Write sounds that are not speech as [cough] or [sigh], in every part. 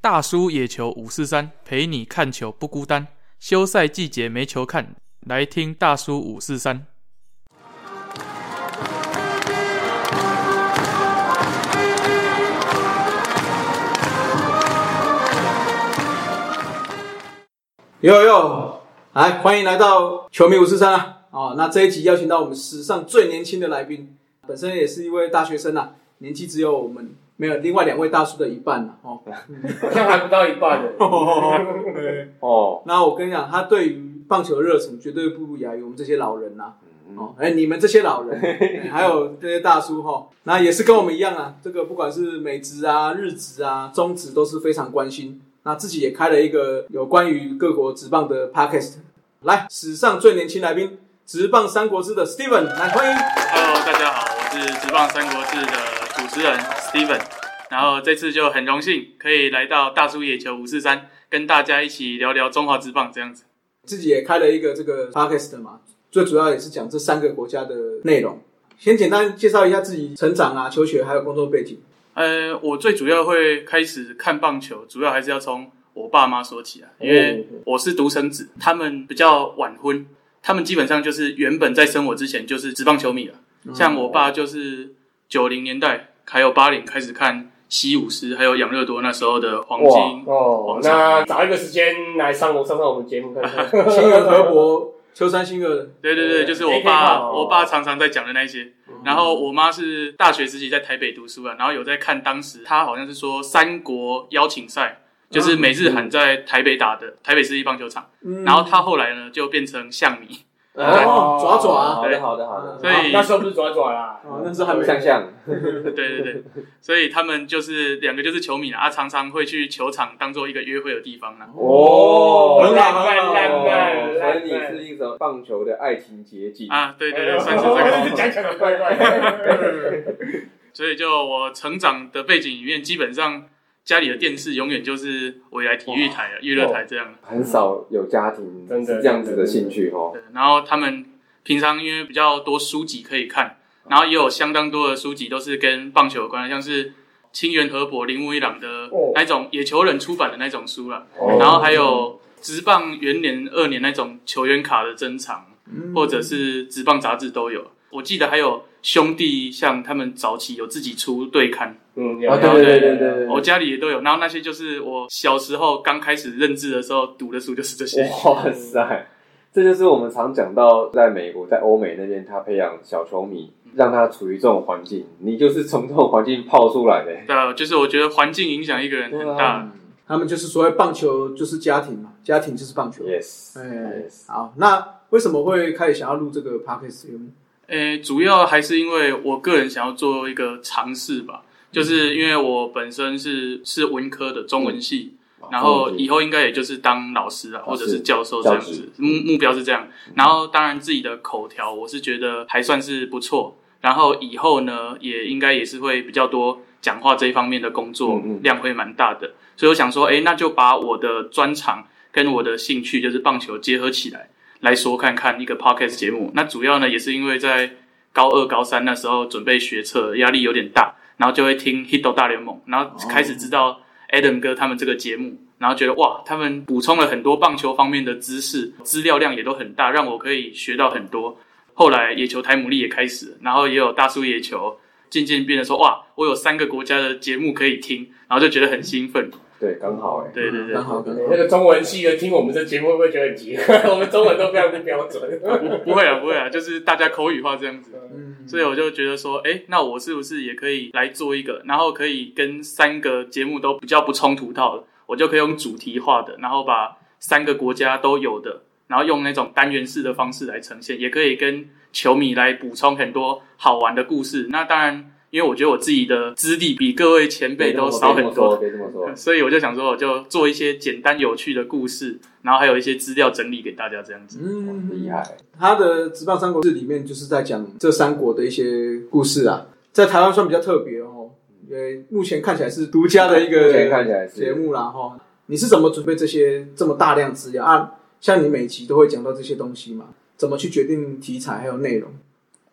大叔野球五四三陪你看球不孤单，休赛季节没球看，来听大叔五四三。哟哟，来，欢迎来到球迷五四三啊！哦，那这一集邀请到我们史上最年轻的来宾，本身也是一位大学生啊，年纪只有我们没有另外两位大叔的一半了、哦。像还不到一半的。哦，哦，那我跟你讲，他对于棒球的热忱绝对不如亚于我们这些老人呐、哦，哎，你们这些老人，哎还有这些大叔哈、哦，那也是跟我们一样啊。这个不管是美职啊、日职啊、中职都是非常关心。那自己也开了一个有关于各国职棒的 podcast。来，史上最年轻来宾，职棒三国志的 Steven，来欢迎。 Hello，大家好，我是职棒三国志的主持人 Steven。然后这次就很荣幸可以来到大叔野球五四三，跟大家一起聊聊中华职棒这样子。自己也开了一个这个 podcast 嘛，最主要也是讲这三个国家的内容。先简单介绍一下自己成长啊、求学还有工作背景。呃，我最主要会开始看棒球，主要还是要从我爸妈说起啊，因为我是独生子，他们比较晚婚，他们基本上就是原本在生我之前就是职棒球迷了。啊像我爸就是九零年代还有八零开始看西武师，还有养乐多那时候的黄金哦黄，金那找一个时间来上楼上上我们节目看看。 [laughs] 呃新人河伯，秋山新二，对对对，对就是我 AK 爸，炮我爸常常在讲的那一些。然后我妈是大学时期在台北读书啊，然后有在看当时她好像是说三国邀请赛，就是美日韩在台北打的台北市立棒球场。嗯然后她后来呢就变成象迷，哦爪爪好的好的好的，所以那时候不是爪爪啊啦，哦，啊那是还没向向，对对对，所以他们就是两个就是球迷啊，啊常常会去球场当做一个约会的地方啊嗯啦。哦很好浪漫很好浪漫所以浪你漫。是一种棒球的爱情结晶。啊，对对对，哎算是 [laughs] 我这只个。是讲讲的怪怪的。嗯所以就我成长的背景里面，基本上家里的电视永远就是未来体育台啊、娱乐台这样。很少有家庭真的是这样子的兴趣哦。对，然后他们平常因为比较多书籍可以看，然后也有相当多的书籍都是跟棒球有关的，像是清源和博、铃木一朗的哦那种野球人出版的那种书啦，哦然后还有职棒元年、二年那种球员卡的珍藏，嗯或者是职棒杂志都有。我记得还有兄弟，像他们早期有自己出对刊，嗯，啊，有对对对对对对，我家里也都有。然后那些就是我小时候刚开始认字的时候读的书，就是这些。哇塞，这就是我们常讲到，在美国、在欧美那边，他培养小球迷，让他处于这种环境，你就是从这种环境泡出来的。对啊，就是我觉得环境影响一个人很啊大。他们就是所谓棒球就是家庭嘛，家庭就是棒球。 Yes，哎 Yes，好，那为什么会开始想要录这个 podcast 节目？诶，呃主要还是因为我个人想要做一个尝试吧，就是因为我本身是是文科的中文系，然后以后应该也就是当老师啊，老或师哦者是教嗯授这样教子职，目目标是这样。然后当然自己的口条，我是觉得还算是不错。然后以后呢，也应该也是会比较多讲话这一方面的工作嗯嗯量会蛮大的，所以我想说，诶，那就把我的专长跟我的兴趣就是棒球结合起来。来说看看一个 podcast 节目。那主要呢，也是因为在高二、高三那时候准备学测，压力有点大，然后就会听《h i t o 大联盟》，然后开始知哦道 Adam 哥他们这个节目，然后觉得哇，他们补充了很多棒球方面的知识，资料量也都很大，让我可以学到很多。后来野球台姆利也开始了，然后也有大叔野球。渐渐变得说哇，我有三个国家的节目可以听，然后就觉得很兴奋。对，刚好哎，对对对刚，好刚好对那个中文系的听我们这节目会不会觉得很奇怪？ [laughs] 我们中文都非常不标准。不会啊，不会啊，就是大家口语化这样子。嗯，所以我就觉得说，哎、那我是不是也可以来做一个，然后可以跟三个节目都比较不冲突到的，我就可以用主题化的，然后把三个国家都有的，然后用那种单元式的方式来呈现，也可以跟球迷来补充很多好玩的故事。那当然，因为我觉得我自己的资历比各位前辈都少很多，别这么说，别这么说。所以我就想说，我就做一些简单有趣的故事，然后还有一些资料整理给大家这样子。嗯厉害，他的《职棒三国志》里面就是在讲这三国的一些故事啊，在台湾算比较特别哦，因为目前看起来是独家的一目前看个起来是节目啦哈。你是怎么准备这些这么大量资料啊？像你每集都会讲到这些东西嘛？怎么去决定题材还有内容？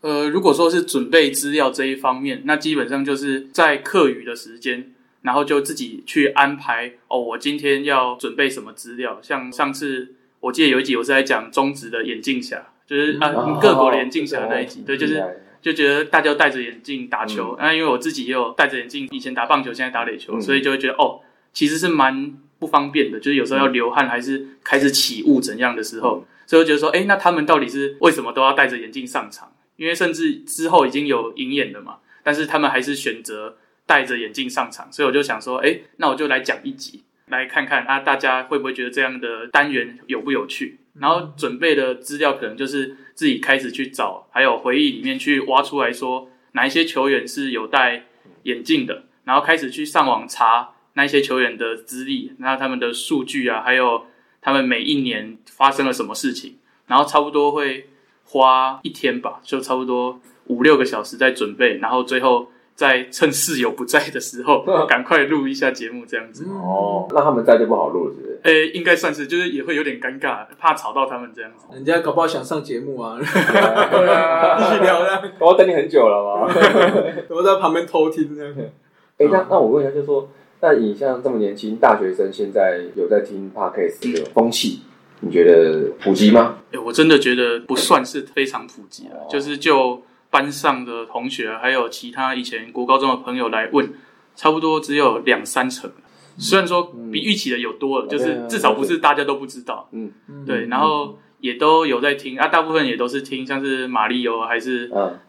呃，如果说是准备资料这一方面，那基本上就是在课余的时间，然后就自己去安排哦，我今天要准备什么资料。像上次我记得有一集我是在讲中职的眼镜侠，就是啊、哦各国的眼镜侠那一集，对，啊就是厉害就觉得大家都戴着眼镜打球，那、因为我自己也有戴着眼镜，以前打棒球，现在打垒球，嗯所以就会觉得哦，其实是蛮不方便的，就是有时候要流汗，还是开始起雾怎样的时候，所以我觉得说，哎、那他们到底是为什么都要戴着眼镜上场？因为甚至之后已经有银眼了嘛，但是他们还是选择戴着眼镜上场，所以我就想说，哎、那我就来讲一集，来看看啊，大家会不会觉得这样的单元有不有趣？然后准备的资料可能就是自己开始去找，还有回忆里面去挖出来说哪一些球员是有戴眼镜的，然后开始去上网查那一些球员的资历，那他们的数据啊，还有他们每一年发生了什么事情，然后差不多会花一天吧，就差不多五六个小时在准备，然后最后再趁室友不在的时候，赶快录一下节目这样子。哦，那他们在就不好录了，是不是？诶、应该算是，就是也会有点尴尬，怕吵到他们这样子。人家搞不好想上节目啊， [laughs] 一对啊，起聊的， [laughs] 我要等你很久了嘛。 [laughs] 我在旁边偷听这样。哎、那那我问一下，就是说，那你像这么年轻大学生，现在有在听 podcast 的风气，你觉得普及吗？欸，我真的觉得不算是非常普及了哦，就是就班上的同学，还有其他以前国高中的朋友来问，差不多只有两三成。虽然说比预期的有多了，嗯就是至少不是大家都不知道，嗯对，然后也都有在听啊，大部分也都是听像是马里欧，还是嗯，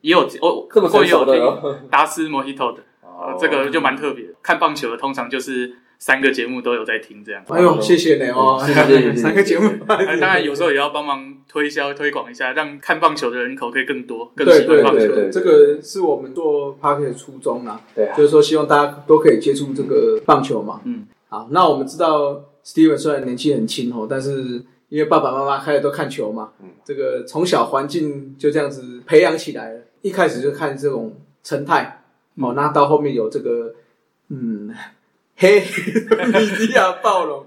也有哦，这么会成有熟的哦听哟。达斯摩希托 [laughs] 的，呃这个就蛮特别的。看棒球的通常就是三个节目都有在听这样。哎呦，谢谢你哦，谢谢谢谢谢谢三个节目，哎当然有时候也要帮忙推销推广一下，让看棒球的人口可以更多，更对喜欢对棒球。对对对对，这个是我们做 p a r k e t 初衷啊，对啊就，是说希望大家都可以接触这个棒球嘛。嗯，好，那我们知道 Steven 虽然年纪很轻哦，但是因为爸爸妈妈开始都看球嘛，嗯，这个从小环境就这样子培养起来了，一开始就看这种陈泰，嗯哦，那到后面有这个嗯 [laughs] 黑米利亚暴 [laughs] 龙。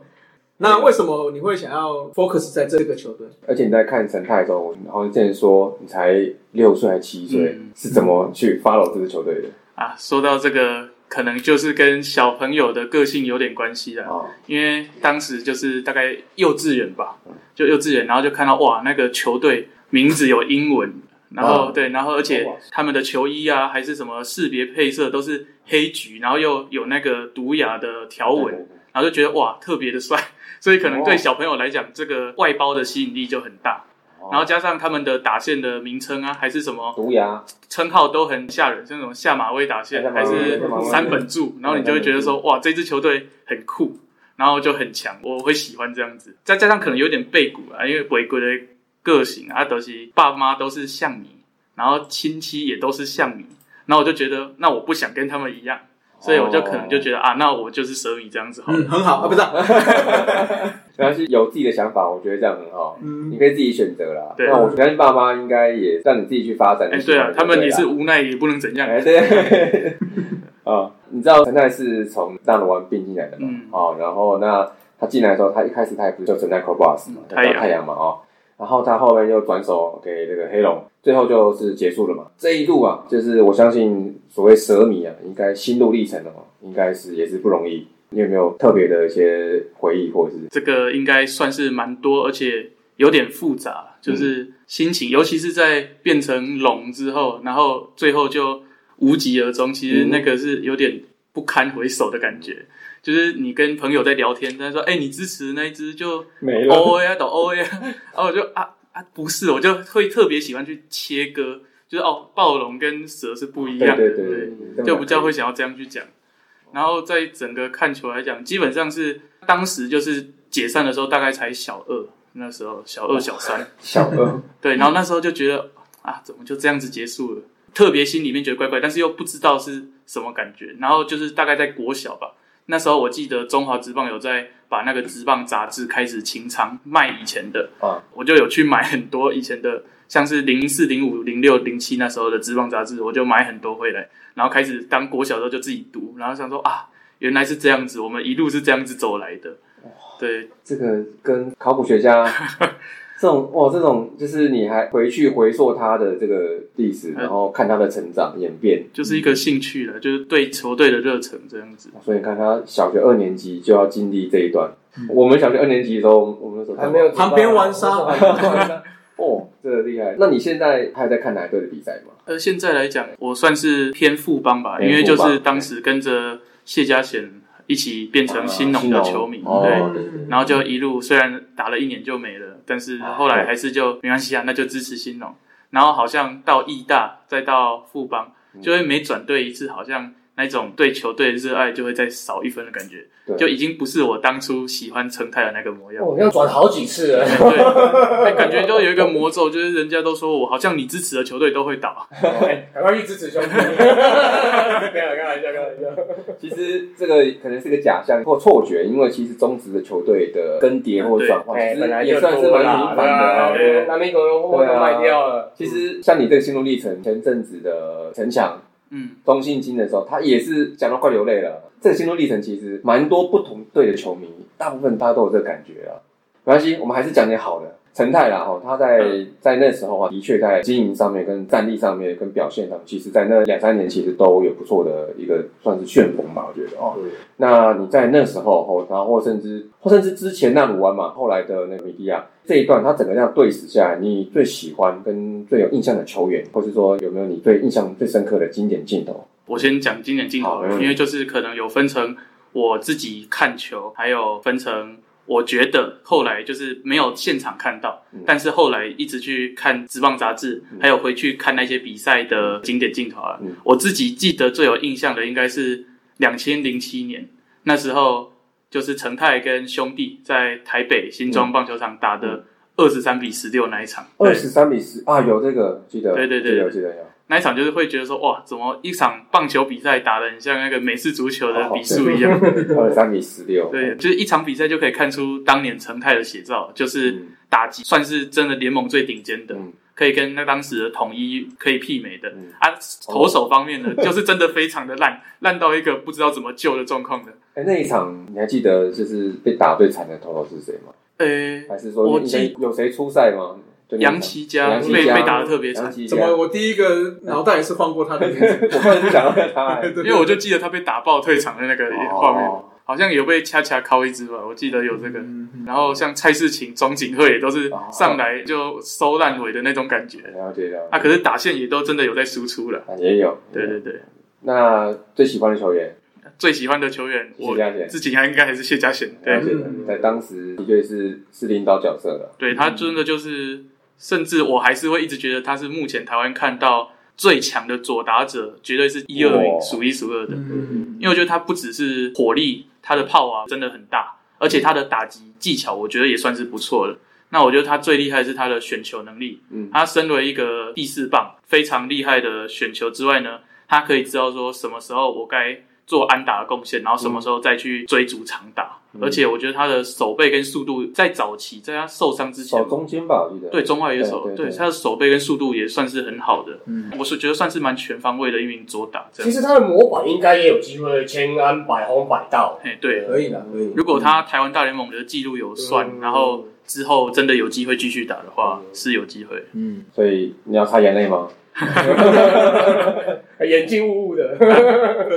那为什么你会想要 focus 在这个球队？而且你在看陈泰中，我好像之前说你才六岁还七岁，嗯是怎么去 follow 这支球队的？啊，说到这个，可能就是跟小朋友的个性有点关系哦了，啊，因为当时就是大概幼稚园吧，就幼稚园，然后就看到哇，那个球队名字有英文，然后、哦啊对，然后而且哇他们的球衣啊，还是什么识别配色都是黑橘，然后又有那个毒雅的条纹，然后就觉得哇，特别的帅， [laughs] 所以可哦能对小朋友来讲，这个外包的吸引力就很大。哦然后加上他们的打线的名称啊，还是什么毒牙，称号都很吓人，像那种下马威打下线，马还威是下马威三本柱，然后你就会觉得说，哇，这支球队很酷，然后就很强，我会喜欢这样子。再加上可能有点背骨啊，因为鬼鬼的个性啊，德西爸妈都是像你，然后亲戚也都是像你，然后我就觉得，那我不想跟他们一样，所以我就可能就觉得、啊，那我就是蛇米这样子好了。嗯，很好啊，不是啊、得，要是有自己的想法，我觉得这样很好。嗯你，可以自己选择啦。对那我相信爸妈应该也让你自己去发展。哎、对啊，他们也是对啦无奈，也不能怎样。哎，对。 [laughs] 啊，你知道陈泰是从大罗湾并进来的嘛？嗯哦，然后那他进来的时候，他一开始他也不是叫陈泰 c o b o s 嘛嗯，叫太阳太阳嘛，哦。然后他后面又转手给这个黑龙，最后就是结束了嘛。这一路啊，就是我相信所谓蛇迷啊，应该心路历程哦，应该是也是不容易。你有没有特别的一些回忆，或者是这个应该算是蛮多，而且有点复杂，嗯就是心情，尤其是在变成龙之后，然后最后就无疾而嗯终，其实那个是有点不堪回首的感觉。就是你跟朋友在聊天，他说：“哎、你支持那一只 [laughs] 就没 O A 啊，懂 O A 啊。” [laughs] 然后我就啊啊，不是，我就会特别喜欢去切割，就是哦，暴龙跟蛇是不一对样的，对对对对，就比较会想要这样去讲。然后在整个看球来讲，基本上是当时就是解散的时候，大概才小二，那时候小二小三，小二，对。然后那时候就觉得啊，怎么就这样子结束了？特别心里面觉得怪怪，但是又不知道是什么感觉。然后就是大概在国小吧，那时候我记得中华职棒有在把那个职棒杂志开始清仓卖以前的，啊，我就有去买很多以前的，像是零四、零五、零六、零七那时候的职棒杂志，我就买很多回来，然后开始当国小的时候就自己读，然后想说啊，原来是这样子，我们一路是这样子走来的，对，这个跟考古学家这种哇，这种就是你还回去回溯他的这个历史，然后看他的成长演变。就是一个兴趣了，就是对球队的热忱这样子。所以你看，他小学二年级就要经历这一段。我们小学二年级的时候，我们那时候还没有知道旁边玩沙我是旁边玩沙哦，这个厉害。那你现在还有在看哪一队的比赛吗？呃，现在来讲，我算是偏富邦吧，因为偏就富邦是当时跟着谢家贤一起变成新农的球迷，啊哦嗯对。对对然后就一路虽然打了一年就没了，但是啊后来还是就没关系啊，那就支持新农。然后好像到义大，再到富邦，嗯就会每转队一次，好像那种对球队的热爱就会再少一分的感觉，对就已经不是我当初喜欢成泰的那个模样。 [laughs] 我要转好几次 [laughs] 了。对，那感觉就有一个魔咒，就是人家都说我好像你支持的球队都会倒。哎赶快去支持 [laughs] 兄弟！没有，开玩笑，开玩笑。其实这个可能是个假象或错觉，因为其实中职的球队的更迭或转换，哎，其实本来也就算是多蛮啦频繁的啊。对啊南美狗的货都卖掉了。其实像你这个心路历程，前阵子的陈强嗯，中信金的时候，他也是讲到快流泪了。这个心路历程其实蛮多不同队的球迷，大部分大家都有这个感觉啊。没关系，我们还是讲点好的。陈泰啦，哦，他在在那时候啊，的确在经营上面、跟战力上面、跟表现上，其实在那两三年其实都有不错的一个算是旋风吧，我觉得哦。啊那你在那时候哦，然后或甚至或甚至之前那鲁湾嘛，后来的那个米蒂亚这一段，他整个这样对死下来，你最喜欢跟最有印象的球员，或是说有没有你最印象最深刻的经典镜头？我先讲经典镜头好没问，题因为就是可能有分成我自己看球，还有分成我觉得后来就是没有现场看到，嗯但是后来一直去看职棒杂志，还有回去看那些比赛的经典镜头啊。嗯我自己记得最有印象的应该是两千零七年，那时候就是陈泰跟兄弟在台北新庄棒球场打嗯的二十三比十六那一场，二对。十三比十啊，有这个记得，对对对记得对记得有。那一场就是会觉得说，哇，怎么一场棒球比赛打得很像那个美式足球的比哦数一样？ [laughs] [laughs] 二十三比十六，对，就是一场比赛就可以看出当年成泰的写照，就是嗯，打击算是真的联盟最顶尖的，嗯可以跟那当时的统一可以媲美的。嗯哦啊，投手方面呢，就是真的非常的烂， [laughs] 烂到一个不知道怎么救的状况的。哎，那一场你还记得就是被打最惨的头头是谁吗？呃，还是说我你记你有谁出赛吗？就那一场杨奇佳杨奇被佳被打得特别惨杨奇佳怎么？我第一个脑袋也是晃过他的名字，我突然就想到他， [laughs] 哎因为我就记得他被打爆退场的那个画面，哦好像有被恰恰敲一只吧，我记得有这个。嗯然后像蔡世勤、庄景鹤也都是哦上来就收烂尾的那种感觉。了解了啊，可是打线也都真的有在输出了。解，啊也有对。对对，那最喜欢的球员，最喜欢的球员，谢我家贤自己应该还是谢家贤。了对，解嗯在当时的确是是领导角色的，对他真的就是，甚至我还是会一直觉得他是目前台湾看到最强的左打者，绝对是一二哦名数一数二的。嗯，因为我觉得他不只是火力，他的炮啊真的很大，而且他的打击技巧，我觉得也算是不错了。那我觉得他最厉害的是他的选球能力。嗯他身为一个第四棒，非常厉害的选球之外呢，他可以知道说什么时候我该做安打的贡献，然后什么时候再去追逐长打。而且我觉得他的手背跟速度，在早期在他受伤之前守，中间吧，我记得。对中外野手，对对对他的手背跟速度也算是很好的。嗯，我是觉得算是蛮全方位的一名左打这其样。实他的模板应该也有机会千安百红百道。哎，对，可以了，可以。如果他台湾大联盟的记录有算，嗯然后之后真的有机会继续打的话，是有机会。嗯，所以你要擦眼泪吗？ [laughs] 眼睛雾雾的，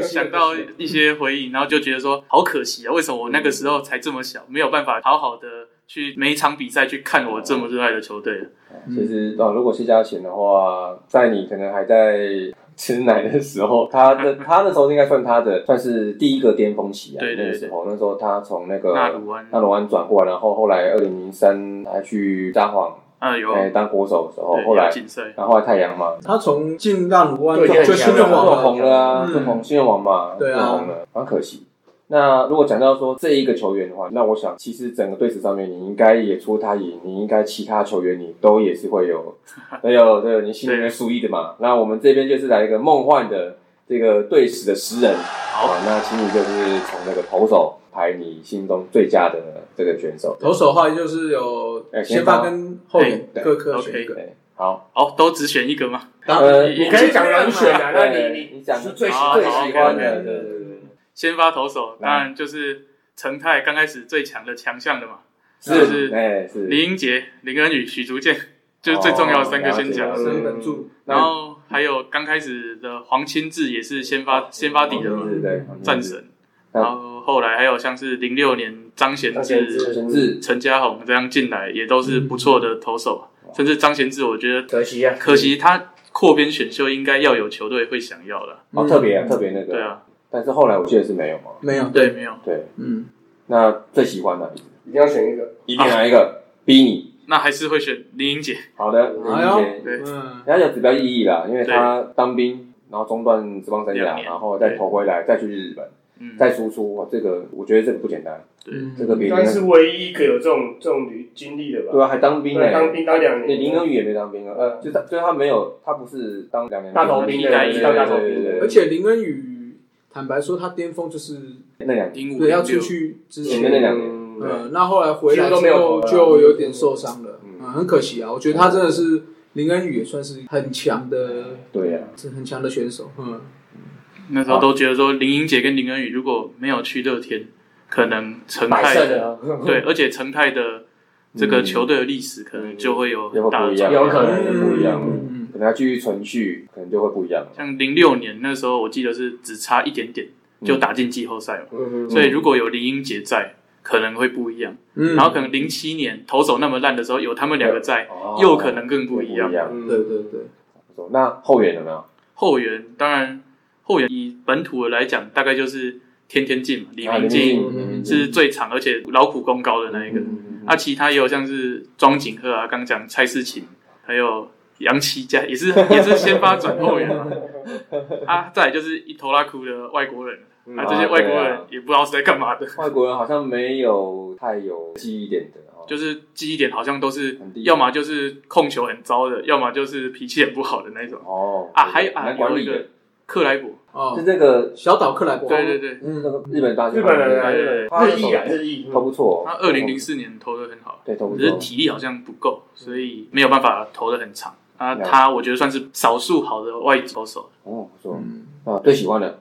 想到一些回忆，然后就觉得说好可惜啊，为什么我那个时候才这么小，没有办法好好的去每一场比赛去看我这么热爱的球队。其实啊，如果谢家贤的话，在你可能还在吃奶的时候，他的他那时候应该算他的算是第一个巅峰期啊。对对那个时候那时候他从那个纳鲁湾纳鲁湾转过来，然后后来二零零三还去札幌啊，有哎对当国手的时候，后来有竞赛，然后后来太阳嘛，他从进浪湾对就新人网网王红了，红了啊，嗯这红新人王嘛，对啊这红了，蛮可惜。那如果讲到说这一个球员的话，那我想其实整个队史上面，你应该也除他以，你应该其他球员你都也是会有，都有对你心里面属意的嘛。那我们这边就是来一个梦幻的这个队史的诗人，好、那请你就是从那个投手排你心中最佳的这个选手。投手的话就是有哎先先发发跟后援对各科 OK 选一个。对，好，哦，都只选一个吗？当呃你可以讲人选啊，那你你讲是最喜好最最喜喜欢欢的，的，对对对对，先发投手，来当然就是陈泰刚开始最强的强项的嘛。是是哎是，林英杰、林恩宇、许竹健，就是最重要的三个先讲。哦了解三本柱，然后还有刚开始的黄清志也是先发先发底的嘛，对对战神。嗯然后后来还有像是零六年张贤张贤志志、神志陈家宏这样进来，也都是不错的投手。啊甚至张贤志，我觉得可惜啊，可惜他扩编选秀应该要有球队会想要的。哦特别特别那个，对，啊，但是后来我记得是没有嘛，没有，对，没有。对，嗯，那最喜欢的一定要选一个。一定来一个逼你，那还是会选林英杰。好的，哎呦理解对嗯，人家有指标意义啦，因为他当兵，然后中断职棒生两涯，年然后再投回来，再去日本，嗯，再输出，哇，这个我觉得这个不简单，嗯这个比应该是唯一一个有这种这种旅经历的吧？对啊，还当兵对，呢，当兵当两你年，林恩宇也没当兵啊，呃，就是他，就是他没有，他不是当两年大头兵的，大一一当大头对兵对的对，而且林恩宇，坦白说，他巅峰就是那两年零五对要零出六，去之前面那前，两年呃，那后来回来几乎都之没有后投了就有点受伤了，嗯嗯，很可惜啊。我觉得他真的是林恩宇也算是很强的，对呀，是很强的选手，嗯，那时候都觉得说林英杰跟林恩宇如果没有去乐天，可能陈百泰胜的，对，而且成泰的这个嗯球队的历史可能就会有也会很大不的一转变样，有可能也不一样，嗯嗯可能要继续存续，可能就会不一样了。像零六年那时候，我记得是只差一点点就打进季后赛嘛，嗯所以如果有林英杰在，可能会不一样。嗯，然后可能零七年投手那么烂的时候，有他们两个在，哦又可能更不一一样。样。嗯对对对，那后援有没有？后援当然，后援以本土的来讲，大概就是天天进嘛，李啊明进明嗯明是最长而且劳苦功高的那一个。嗯啊，其他也有像是庄景鹤啊，刚讲蔡思琴，还有杨奇佳，也是也是先发转后援嘛。啊，再来就是一头拉苦的外国人，嗯啊，这些外国人也不知道是在干嘛的，外国人好像没有太有记忆点的哦，就是记忆点好像都是很低要么就是控球很糟的，要么就是脾气很不好的那种。哦啊，还有啊，难管有理一的个克莱伯，是哦，那个小岛克莱伯，嗯对对对，那个日本大学日本人啊，对日对本对人日裔啊，日裔，都不错，他二零零四年投的很好，对都不只是错，体力好像不够，所以没有办法投的很长。啊，了解他我觉得算是少数好的外籍投手，哦不错嗯，啊，最喜欢的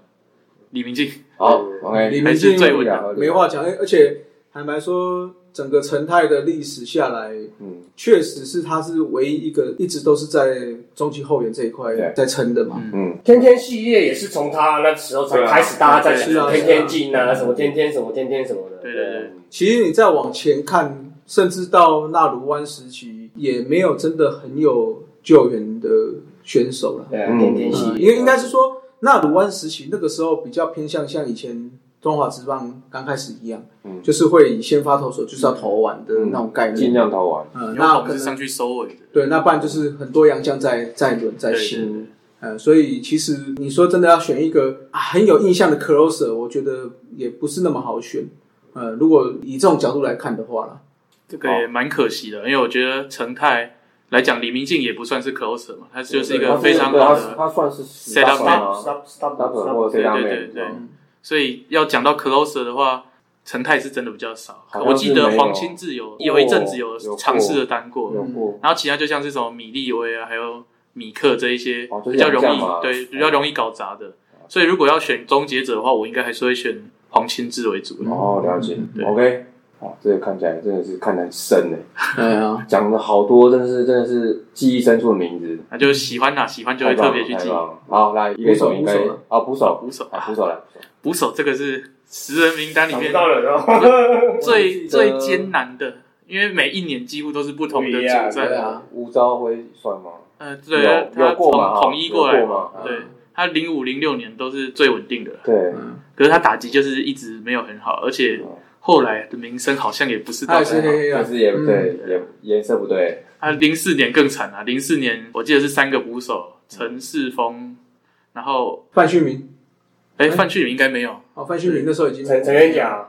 李明进。好嗯，OK，李还明是进最稳的没，话讲，哎而而且坦白说，整个成泰的历史下来，嗯，确实是他是唯一一个一直都是在中期后援这一块对在撑的嘛。嗯天天系列也是从他那时候才对啊开始，大家在是啊想天天进啊，什么天天什么天天什么的，对对对，其实你再往前看，甚至到纳鲁湾时期，也没有真的很有救援的选手了。对啊，嗯天天系嗯，列，因为应该是说纳鲁湾时期那个时候比较偏向像以前中华职棒刚开始一样，嗯就是会以先发投手就是要投完的那种概念。尽量投完，嗯，那那我可们是能上去收尾的。对，那不然就是很多洋将在在轮在对新，呃，所以其实你说真的要选一个、啊、很有印象的 closer，我觉得也不是那么好选。呃，如果以这种角度来看的话啦， [laughs] 这个哦也蛮可惜的，因为我觉得成泰来讲，李明进也不算是 closer 嘛，他就是一他个是非常好对他的，他算是 Set up 吗 stop stop ，stopper 或者 set up 对对 man，对对嗯所以要讲到 closer 的话，成泰是真的比较少。好像是我记得没有黄清志有有一阵子有有过尝试的单过，有过，然后其他就像是什么米利威啊，还有米克这一些哦就是比较容洋易、将嘛哦对比较容易搞砸的，所以如果要选终结者的话，我应该还是会选黄清志为主的。嗯哦，了解嗯对，OK，哦，这个看起来真的是看得很深呢，哎呀，讲了好多，真的是真的是记忆深处的名字，那就喜欢啦，喜欢就会特别去太记。棒了好，来，一个手应该捕手啊，捕手，捕手啊，捕手来，捕手捕手这个是十人名单里想面不到人哦，最记得最艰难的，因为每一年几乎都是不同的不一样主对战。啊，吴昭辉算吗？呃，有对，有他过吗啊统统一过来有过吗对他零五零六年都是最稳定的，对，嗯，可是他打击就是一直没有很好，而且后来的名声好像也不是他到也是黑黑但的，是也啊嗯对，也颜色不对，他零四年更惨啊，零四年我记得是三个捕手，陈世峰，然后范旭明哎哎范旭云应该没有，哦，范旭明那时候已经陈陈元甲，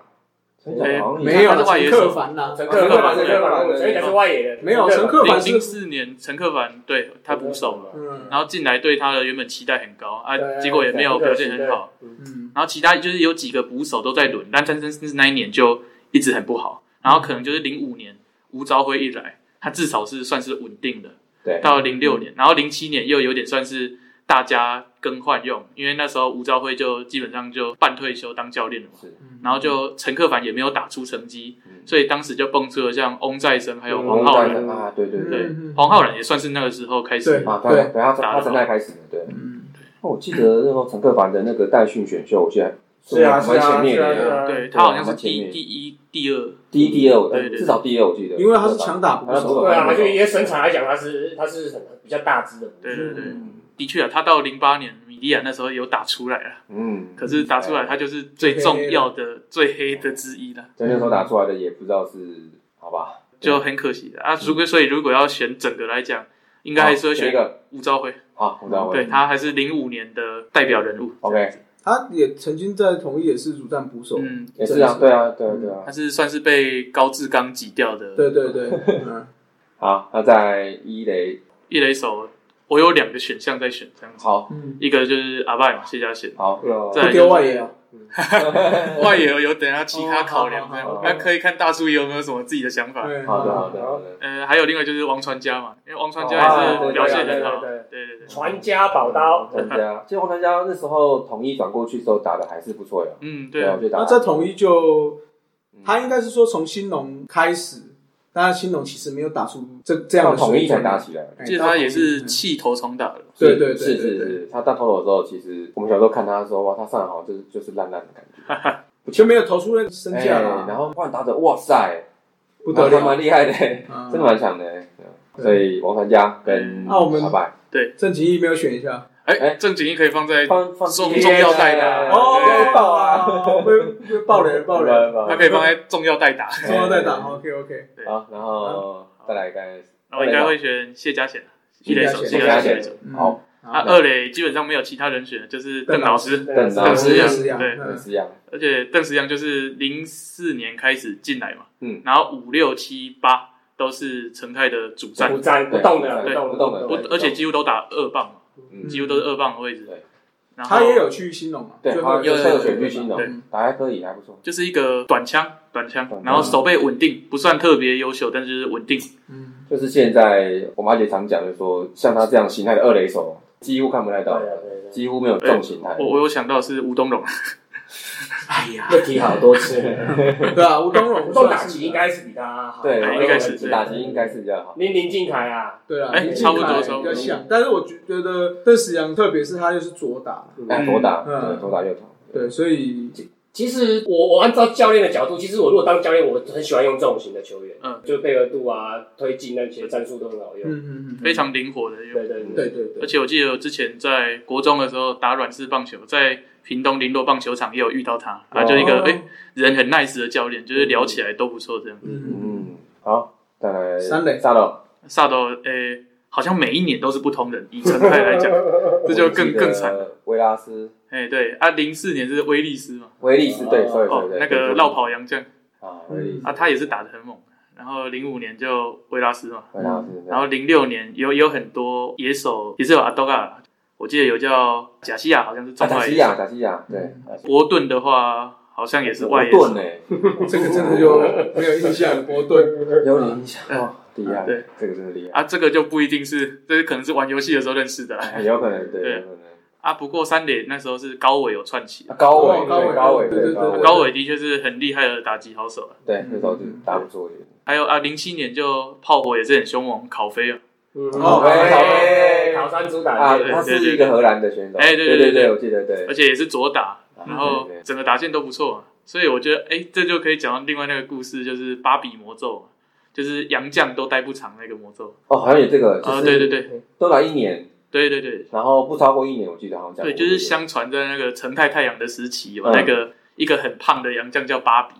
陈哎小航没有他是外陈野手克凡啦，陈克克凡凡，陈克凡，陈元甲是外野的，没有陈克凡零零是四年陈克凡对他捕手嘛，嗯然后进来对他的原本期待很高啊，对结果也没有表现很好，。嗯然后其他就是有几个捕手都在轮，但詹森斯那一年就一直很不好，然后可能就是零五年吴朝辉一来，他至少是算是稳定的，对，到零六年，然后零七年又有点算是大家更换用，因为那时候吴兆辉就基本上就半退休当教练了嘛，是嗯然后就陈克凡也没有打出成绩，嗯所以当时就蹦出了像翁再生还有黄浩然，然啊，对对对，对嗯嗯，黄浩然也算是那个时候开始对啊，对，对，他从他从那开始的，对。嗯，哦，我记得那时候陈克凡的那个代训选秀，我记得是啊蛮前面是啊是啊是的，啊对他好像是对第蛮前面第一、第二，第一、第二，我对对对至少第二，我记得，因为他是强打捕他是手，捕对啊，手就以身材来讲，他是他是很比较大只的。对对对，嗯的确啊，他到零八年米利亚那时候有打出来了，嗯，可是打出来他就是最重要的、最黑的之一了，在那时候打出来的也不知道是好吧，就很可惜的啊。如果所以如果要选整个来讲，应该还是会嗯哦选一选个，吴兆辉，好，我知道，对他还是零五年的代表人物。 ，OK，他也曾经在统一也是主战捕手，嗯，也是啊，对啊，对啊，对啊他，是算是被高志刚挤掉的，对对对， [laughs] 嗯，好，那在一垒，一垒手，我有两个选项在选，这样子，好，哦嗯，一个就是阿拜嘛，谢家贤，好，再来就是不丢外野啊，外野有等下其他考量，哦这好好样好那可以看大叔有没有什么自己的想法。对，好的，好的，好的，呃，还有另外就是王传佳嘛，因为王传哦佳啊也对是表现对很好，对对对对对，传家宝刀，专家，其实王传佳那时候统一转过去之后打的还是不错呀，嗯，对对啊，啊我，觉得打那得在统一就嗯，他应该是说从兴农开始，但是兴农其实没有打出这这样到的统一才打打，起来。哎记得他也是到统一弃头重打的，对对对是对是对是，他当投手的时候，其实我们小时候看他的时候，哇，他上来好像就是就是烂烂的感觉，嗯就没有投出那个身哎，价啊，然后换打者，哇塞，不得还了，蛮厉害的，嗯真的蛮强的。对对所以王传佳跟嗯那我们阿拜郑景义没有选一下，哎哎，郑景义可以放在，放放中中药代打哦，对被爆啊，被被爆雷爆雷，他可以放在重要代打，中后再打，OK OK，好，嗯然后再来一个那我应该会选谢家贤，一垒手，谢谢家家贤贤一垒手，嗯好，啊，二垒基本上没有其他人选，就是邓老师，邓邓老邓石师也阳是一，样，对，粉嗯丝样，而且邓石阳就是零四年开始进来嘛，嗯然后五六七八都是成泰的主战不，沾不动的，动的，的，我而且几乎都打二棒嘛，嗯几乎都是二棒的位置对，然后他也有去兴农嘛，对，最他后有有有选巨星的对，打还可以，还不错。就是一个短枪，短枪短，枪然后手背稳定，不算特别优秀，但是稳定。嗯，就是现在我妈姐常讲，就是说像他这样形态的二垒手，几乎看不太到，对啊几乎没有这种形态。哎我我有想到是吴东嗯龙，哎呀，对，又提好多次。对啊，吴东荣不算动是打击应该是比他好，对，哎对应该是打击应该是比较好。林林敬凯啊，对啊，哎林差不多敬凯差不比多较像，但是我觉觉得邓石阳，特别是他又是左打，哎，左打，嗯对，左打右投。对，所以其实我我按照教练的角度，其实我如果当教练，我很喜欢用这种型的球员，嗯，就配合度啊、推进那些战术都很好嗯用。嗯嗯，非常灵活的。对对对，对对而对，且我记得我之前在国中的时候打软式棒球，在屏东林落棒球场也有遇到他，他就一个哦哎、人很 nice 的教练，就是聊起来都不错这样。嗯嗯嗯，好，再来三垒沙漏，萨斗哎，好像每一年都是不同 [laughs] 人，以成派来讲，这就更更惨了。。维拉斯、哎、对啊，零四年是威利斯嘛，威利斯，对，所以哦对，对，那个绕跑洋将啊，威利斯、啊，他也是打得很猛。然后零五年就维拉斯嘛，维拉斯，嗯啊然后零六年有有很多野手，也是有阿多嘎，我记得有叫贾西亚，好像是中啊贾外西野手。亚，贾西亚，对，伯顿的话，好像也是外野手。顿哎，嗯这个真的就没有印象，波顿， [laughs] 有点印象，哦厉嗯害，对，这个真的厉害，啊，这个就不一定是，这可能是玩游戏的时候认识的啦哎 [laughs] 有可能，对对，有可能。啊。不过三垒那时候是高伟有串起，啊高伟，高伟对高伟，对对对对，高对伟，高伟的确是很厉害的打击好手啊。对，那时候就打不错一点。还有啊，零七年就炮火也是很凶猛，考菲啊，哦，哎考山主啊打，他是一个荷兰的选手，哎对对对对对对，我记得对而，且也是左打，啊然后对对整个打线都不错、啊，所以我觉得，哎，这就可以讲到另外那个故事，就是芭比魔咒嘛，就是洋将都待不长那个魔咒。哦，好像有这个，就啊，是对对对都来一年，对对对然后不超过一年，我记得好像讲过对，这就个。是相传在那个成泰太阳的时期，有嗯那个一个很胖的洋将叫芭比。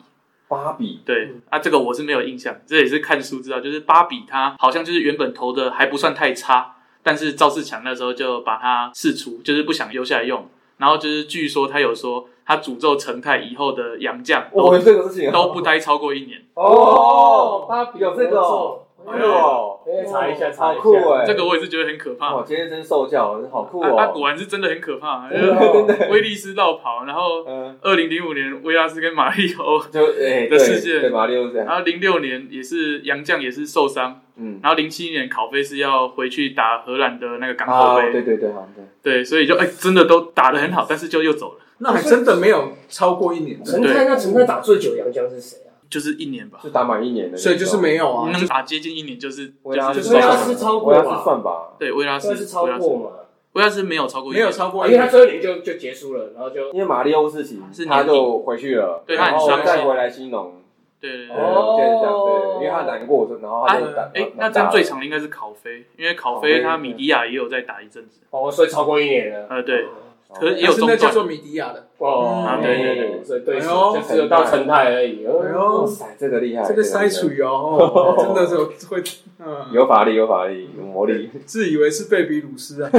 芭比，对啊，这个我是没有印象，这也是看书知道，就是芭比他好像就是原本投的还不算太差，但是赵世强那时候就把他释出，就是不想留下来用。然后就是据说他有说他诅咒成泰以后的洋将我都哦们这个事情都不待超过一年。哦，芭比有这个哦，哎呦，哎查一下查好一下酷哎！这个我也是觉得很可怕。哇，今天真受教，好酷啊啊，哦！果然是真的很可怕。啊真 [laughs] 啊的真的，威利斯绕跑，然后嗯，二零零五年维拉斯跟马里欧，就哎，的对世界啊对马里奥这样，然后零六年也是杨绛也是受伤，嗯，然后零七年考菲是要回去打荷兰的那个港口啊，杯，对对对，好对，对，所以就哎、真的都打得很好，但是就又走了，那还真的没有超过一年的，陈泰那陈泰打最久，杨江是谁啊？就是一年吧，就打满一年的那种，所以就是没有啊。能打接近一年就是维拉就斯是维拉受斯伤超我过要吧是？算吧，对维拉斯算是超维拉斯过嘛？维拉斯没有超过一没有年，超过因一为他年，最后一年就就结束了，然后就因为马里奥事情是，他年底就回去了，对他很然后伤心再回来新农，对对对。对我记得是这样对，因为他难过，然后他就打，哎、哦那蛮这大样的最长的应该是考菲，因为考考菲菲他米迪亚也有在打一阵子，哦，所以超过一年了。呃，对，嗯可是也但有是中那断叫做米迪亚的，哦，啊对对对所以对，哎呦就只有到陈泰而已。哎哦，哇呦，塞，这个厉害，这个塞厉害水哦， [laughs] 真的是会，嗯，啊有法力，有法力，有魔力。自以为是贝比鲁斯啊，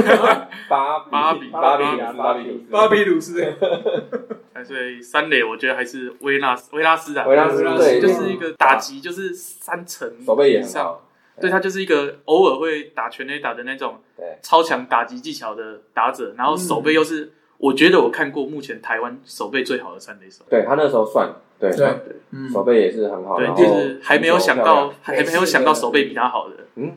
巴巴比巴巴比比巴比巴比鲁斯，嗯哎所以三垒我觉得还是维拉斯维拉斯啊，维拉斯对，就是一个打击就是三成手背也以很上，好，对他就是一个偶尔会打全垒打的那种对超强打击技巧的打者，然后手背又是、我觉得我看过目前台湾手背最好的三垒手，对他那时候算对对，嗯手背也是很好，对然，后哎就是还没有想到还没有想到手背比他好的嗯，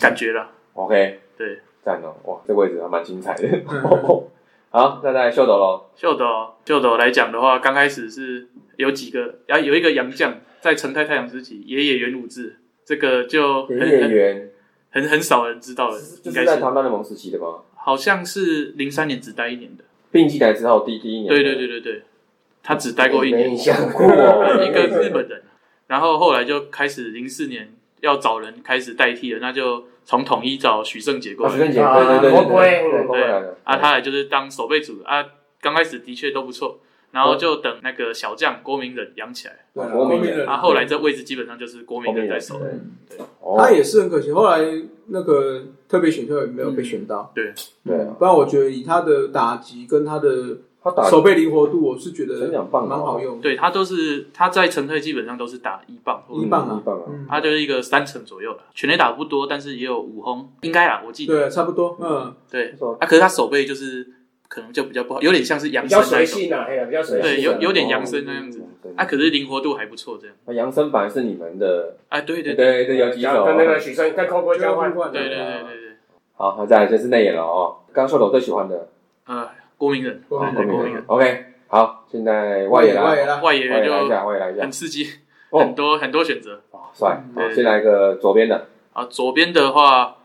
感觉啦。 OK 对，赞哦，哇，这位置还蛮精彩的。嗯 [laughs] 好，那再来秀斗喽，秀斗秀斗来讲的话，刚开始是有几个，然、后有一个洋将在成泰太阳时期，野野原武志，这个就很林演很员很很少人知道了，就应是该在是唐大联盟时期的吗？好像是零三年只待一年的，并进来之后第第一年，对对对，对对，他只待过一没年印，象。酷哦，一个日本人，然后后来就开始零四年要找人开始代替了，那就从统一找许胜杰过啊，徐来，正杰，对对对，对，对来了啊，他来就是当守备组啊，刚开始的确都不错，然后就等那个小将郭明仁养起来，对啊国民人啊，后来这位置基本上就是郭明仁在守，哦他也是很可惜，后来那个特别选秀也没有被选到。对对嗯啊不然我觉得以他的打击跟他的他打手背灵活度，我是觉得真两棒啊蛮好用的。对他都是他在成泰基本上都是打一棒或者一棒啊，一棒啊嗯他就是一个三成左右了，全垒打不多，但是也有五轰，应该啦，我记得对，差不多，嗯，对没错，啊，可是他手背就是可能就比较不好，有点像是杨比森较那随一种，性啊，哎呀，比较随性啊。对，有哦有点杨森那样子，啊，可是灵活度还不错这样，那杨森反而是你们的，啊，对对对对对对，有几手跟那个许生跟空哥交换交，换对对对对对，好，那再来就是内野了哦。刚秀斗最喜欢的呃，郭明仁，郭对明对仁郭国明民仁， OK，好，现在外外野野啦，外野啦，外野野来一就下，外野来一下很，刺激，[laughs] 哦很多很多选择哦帅。好，对先来一个左边的，啊。左边的话，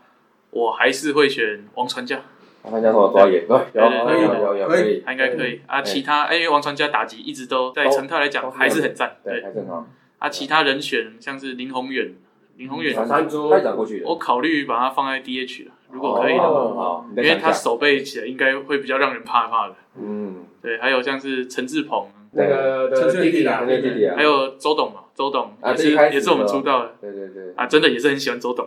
我还是会选王传佳，麻烦教授左野，对，有对对有有有可以可以，他应该可以啊。嗯其他哎因为王传佳打击一直都在都成泰来都讲是还是很赞，对，对还正好，啊。其他人选像是林宏远，林宏远嗯三株他转过去的，我考虑把它放在 DH 了，如果可以的话。哦好，你再因为想一他下，手背起来应该会比较让人怕怕的。嗯，对，还有像是陈志鹏，那个的弟弟啊，那个弟弟啊还，有周董嘛，周董啊也这一是、开始也是我们出道的对对对，啊，真的也是很喜欢周 [laughs] 董。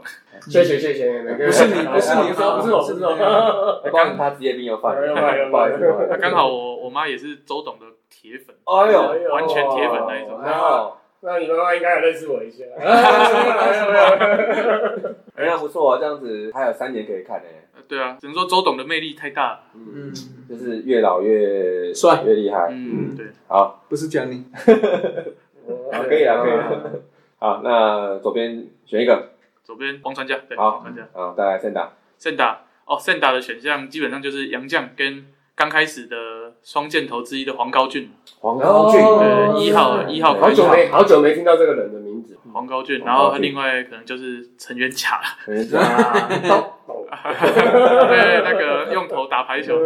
谢谢谢谢，每个人不是你不是你不是我不是我不是我，不好意思他职业病又犯了，不好意思，不好意那、思刚好我我妈也是周董的铁粉，哎呦，完全铁粉那一种然后，那你妈妈应该有认识我一下，没有没有没有，哎，那不错，这样子还有三年可以看诶，呃对啊，只能说周董的魅力太大了。嗯，就是越老越帅越厉害。嗯，对，好，不是讲你，好，可以了，可以了。好，那左边选一个，左边王传佳，对，好王传佳，好，再来先打。圣达哦，圣达的选项基本上就是杨绛跟刚开始的双箭头之一的黄高俊，黄高俊，哦对，一号一号对可好以久没好久没听到这个人的名字，黄高俊，黄高俊然后另外可能就是陈元卡，嗯啊，对，那个用头打排球。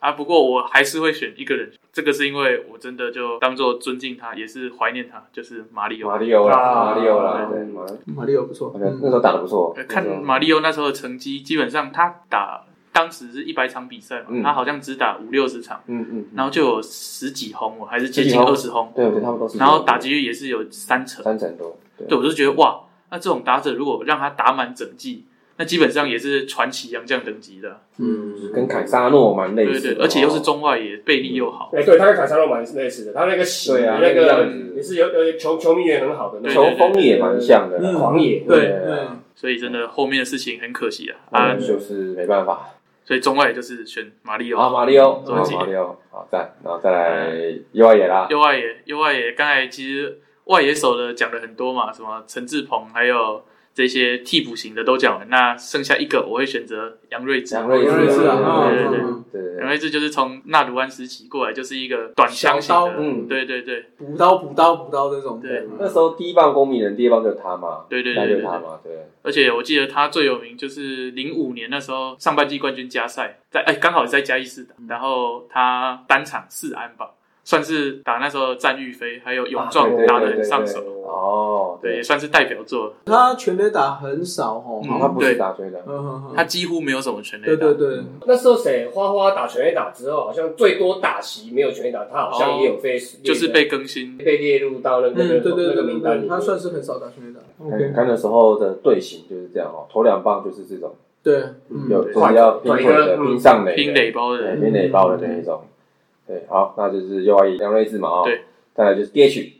啊，不过我还是会选一个人，这个是因为我真的就当做尊敬他，也是怀念他，就是马里马奥。里奥啦，啊马里奥啦，对，马里马里奥不错嗯奥，那时候打的不错呃，看马里奥那时候的成绩，基本上他打当时是一百场比赛嘛，嗯他好像只打五六十场，嗯嗯，然后就有十几轰，我还是接十几近轰二十轰，对，我觉得他们都是，然后打击率也是有三成。三成多，对对，我就觉得哇，那这种打者如果让他打满整季，那基本上也是传奇洋将等级的，嗯跟凯撒诺蛮类对似哦对，的，而且又是中外野，背力又好，哎，对，他跟卡萨诺蛮类似的，他那个喜对啊那那个个样子也是有有球球迷也很好的，那球种风也蛮像的啦，嗯狂野，对嗯对对，所以真的后面的事情很可惜啊啊啊，，就是没办法。所以中外野就是选马里好，奥，啊马里奥，终好结马里奥，好赞，然后再来右外野啦，右外野右外野，刚才其实外野手的讲了很多嘛，什么陈志鹏还有。这些替补型的都讲完，那剩下一个我会选择杨瑞智。杨瑞杨瑞智智啊对对嗯对嗯对对杨对，瑞智就是从纳鲁安时期过来，就是一个短枪型小刀的，嗯对对对，补刀补刀补刀这种，对那时候第一棒公民人，第二棒就是他嘛，对对对大概就对是他对嘛，对，而且我记得他最有名就是零五年那时候上半季冠军加赛，在哎刚好是在嘉义市打，然后他单场四安吧，算是打那时候战玉飞还有勇啊壮对对对打得对对很上手，哦，对也算是代表作。他全垒打很少哦，哦，他不是对打追的，嗯他几乎没有什么全垒对打，对对，那时候谁花花打全垒打之后，好像最多打席没有全垒打，他好像也有被就是被更新。被列入到那个嗯对对那对个对名单里对，面。他算是很少打全垒打看，OK，看的时候的队形就是这样哦，头两棒就是这种，对，有嗯，就是要拼腿对的、嗯拼上垒的、拼垒包对的，拼垒包的那一种。对，好，那就是右外野杨瑞智嘛哦，对，再来就是 DH，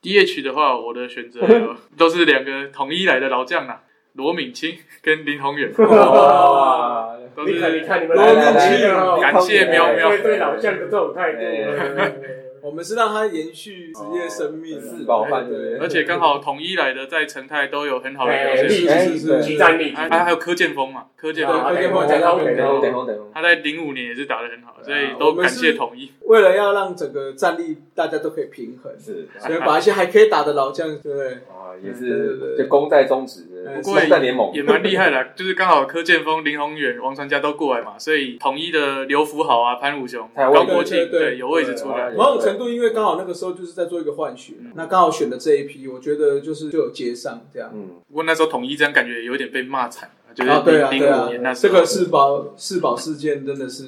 DH 的话，我的选择有 [laughs] 都是两个统一来的老将啦，罗敏清 [laughs] 跟林宏远。哇！都是你看，你看，你们来来来来来哦感谢喵喵对对老将的这种态度哎，嗯 [laughs] 我们是让他延续职哦业生命，四宝饭对不而对？且刚好统一来的在成泰都有很好的表哎，现，力哎是是集战力，还还还有柯建峰嘛，柯建对峰柯建峰讲到对等对等等等，他在零五年也是打得很好，所对啊以都感谢统一。为了要让整个战力大家都可以平衡，是所以把一些还可以打的老将，对不对？啊，嗯也对对是对就功在宗旨，不过也功在联盟也蛮厉害的 [laughs] 啊，就是刚好柯建峰、林宏远、王传佳都过来嘛，所以统一的刘福豪啊、潘武雄、台湾高国庆对对对啊有位置出来对。某种程度，因为刚好那个时候就是在做一个换血，嗯那刚好选的这一批，我觉得就是就有接上这样。 [laughs] 嗯，不过那时候统一这样感觉有点被骂惨，就是啊，对啊，零对五年那啊，时这候。个世宝世宝事件真的是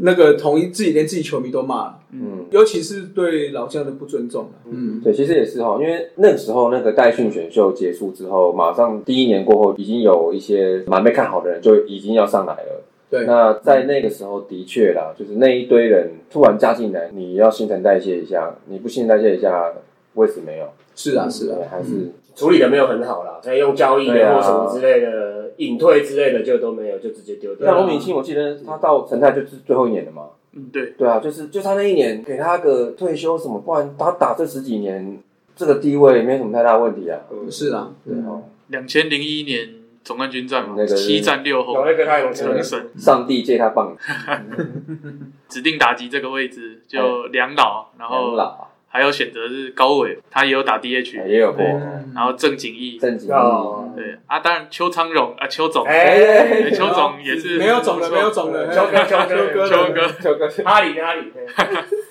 那个统一自己连自己球迷都骂了，嗯，尤其是对老将的不尊重啊嗯，对，其实也是哈，因为那个时候那个代训选秀结束之后，马上第一年过后，已经有一些蛮被看好的人就已经要上来了。对那在那个时候的确啦，就是那一堆人突然加进来，你要新陈代谢一下，你不新陈代谢一下，位置没有，是啊，是对啊，还嗯是处理的没有很好啦，可以用交易对的啊或什么之类的隐退之类的就都没有，就直接丢掉啊像了。罗敏清，我记得他到成泰就是最后一年了嘛。嗯，对，对啊，就是就他那一年给他个退休什么，不然他打这十几年，这个地位没什么太大问题啊。是啊，对哦，两千零一年总冠军战嘛那，个是七战六有后，那个太有钱了成，神上帝借他棒子，指定打击这个位置就梁老，然养后老啊还有选择是高伟，他也有打 DH，也有过对嗯然后郑景义，正经。哦，对啊，当然邱昌荣啊，邱总，哎，哎邱总也是没有种不了，错没有种了，哎秋哥，秋哥，秋邱哥，秋哥，哈里哈里，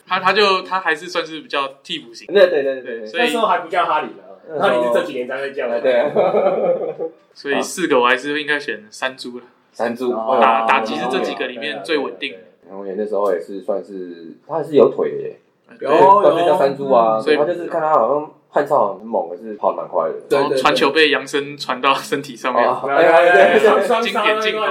他他就他还是算是比较替补型，对对对对对，所那以时候还不叫哈里呢，哈里是这几年才会叫的。哎 [laughs] 嗯对啊，所啊以四个我还是应该选山猪了，山猪哦打哦打击是这几个里面最稳定的然后也那时候也是算是他还是有腿的耶，有对有，但是叫山猪啊，嗯所以他就是看他好像悍操很猛，可是跑得蛮快的。对然对后对哦传球被杨森传到身体上面，啊，对。哎哎哎哎 [laughs] 双经典镜头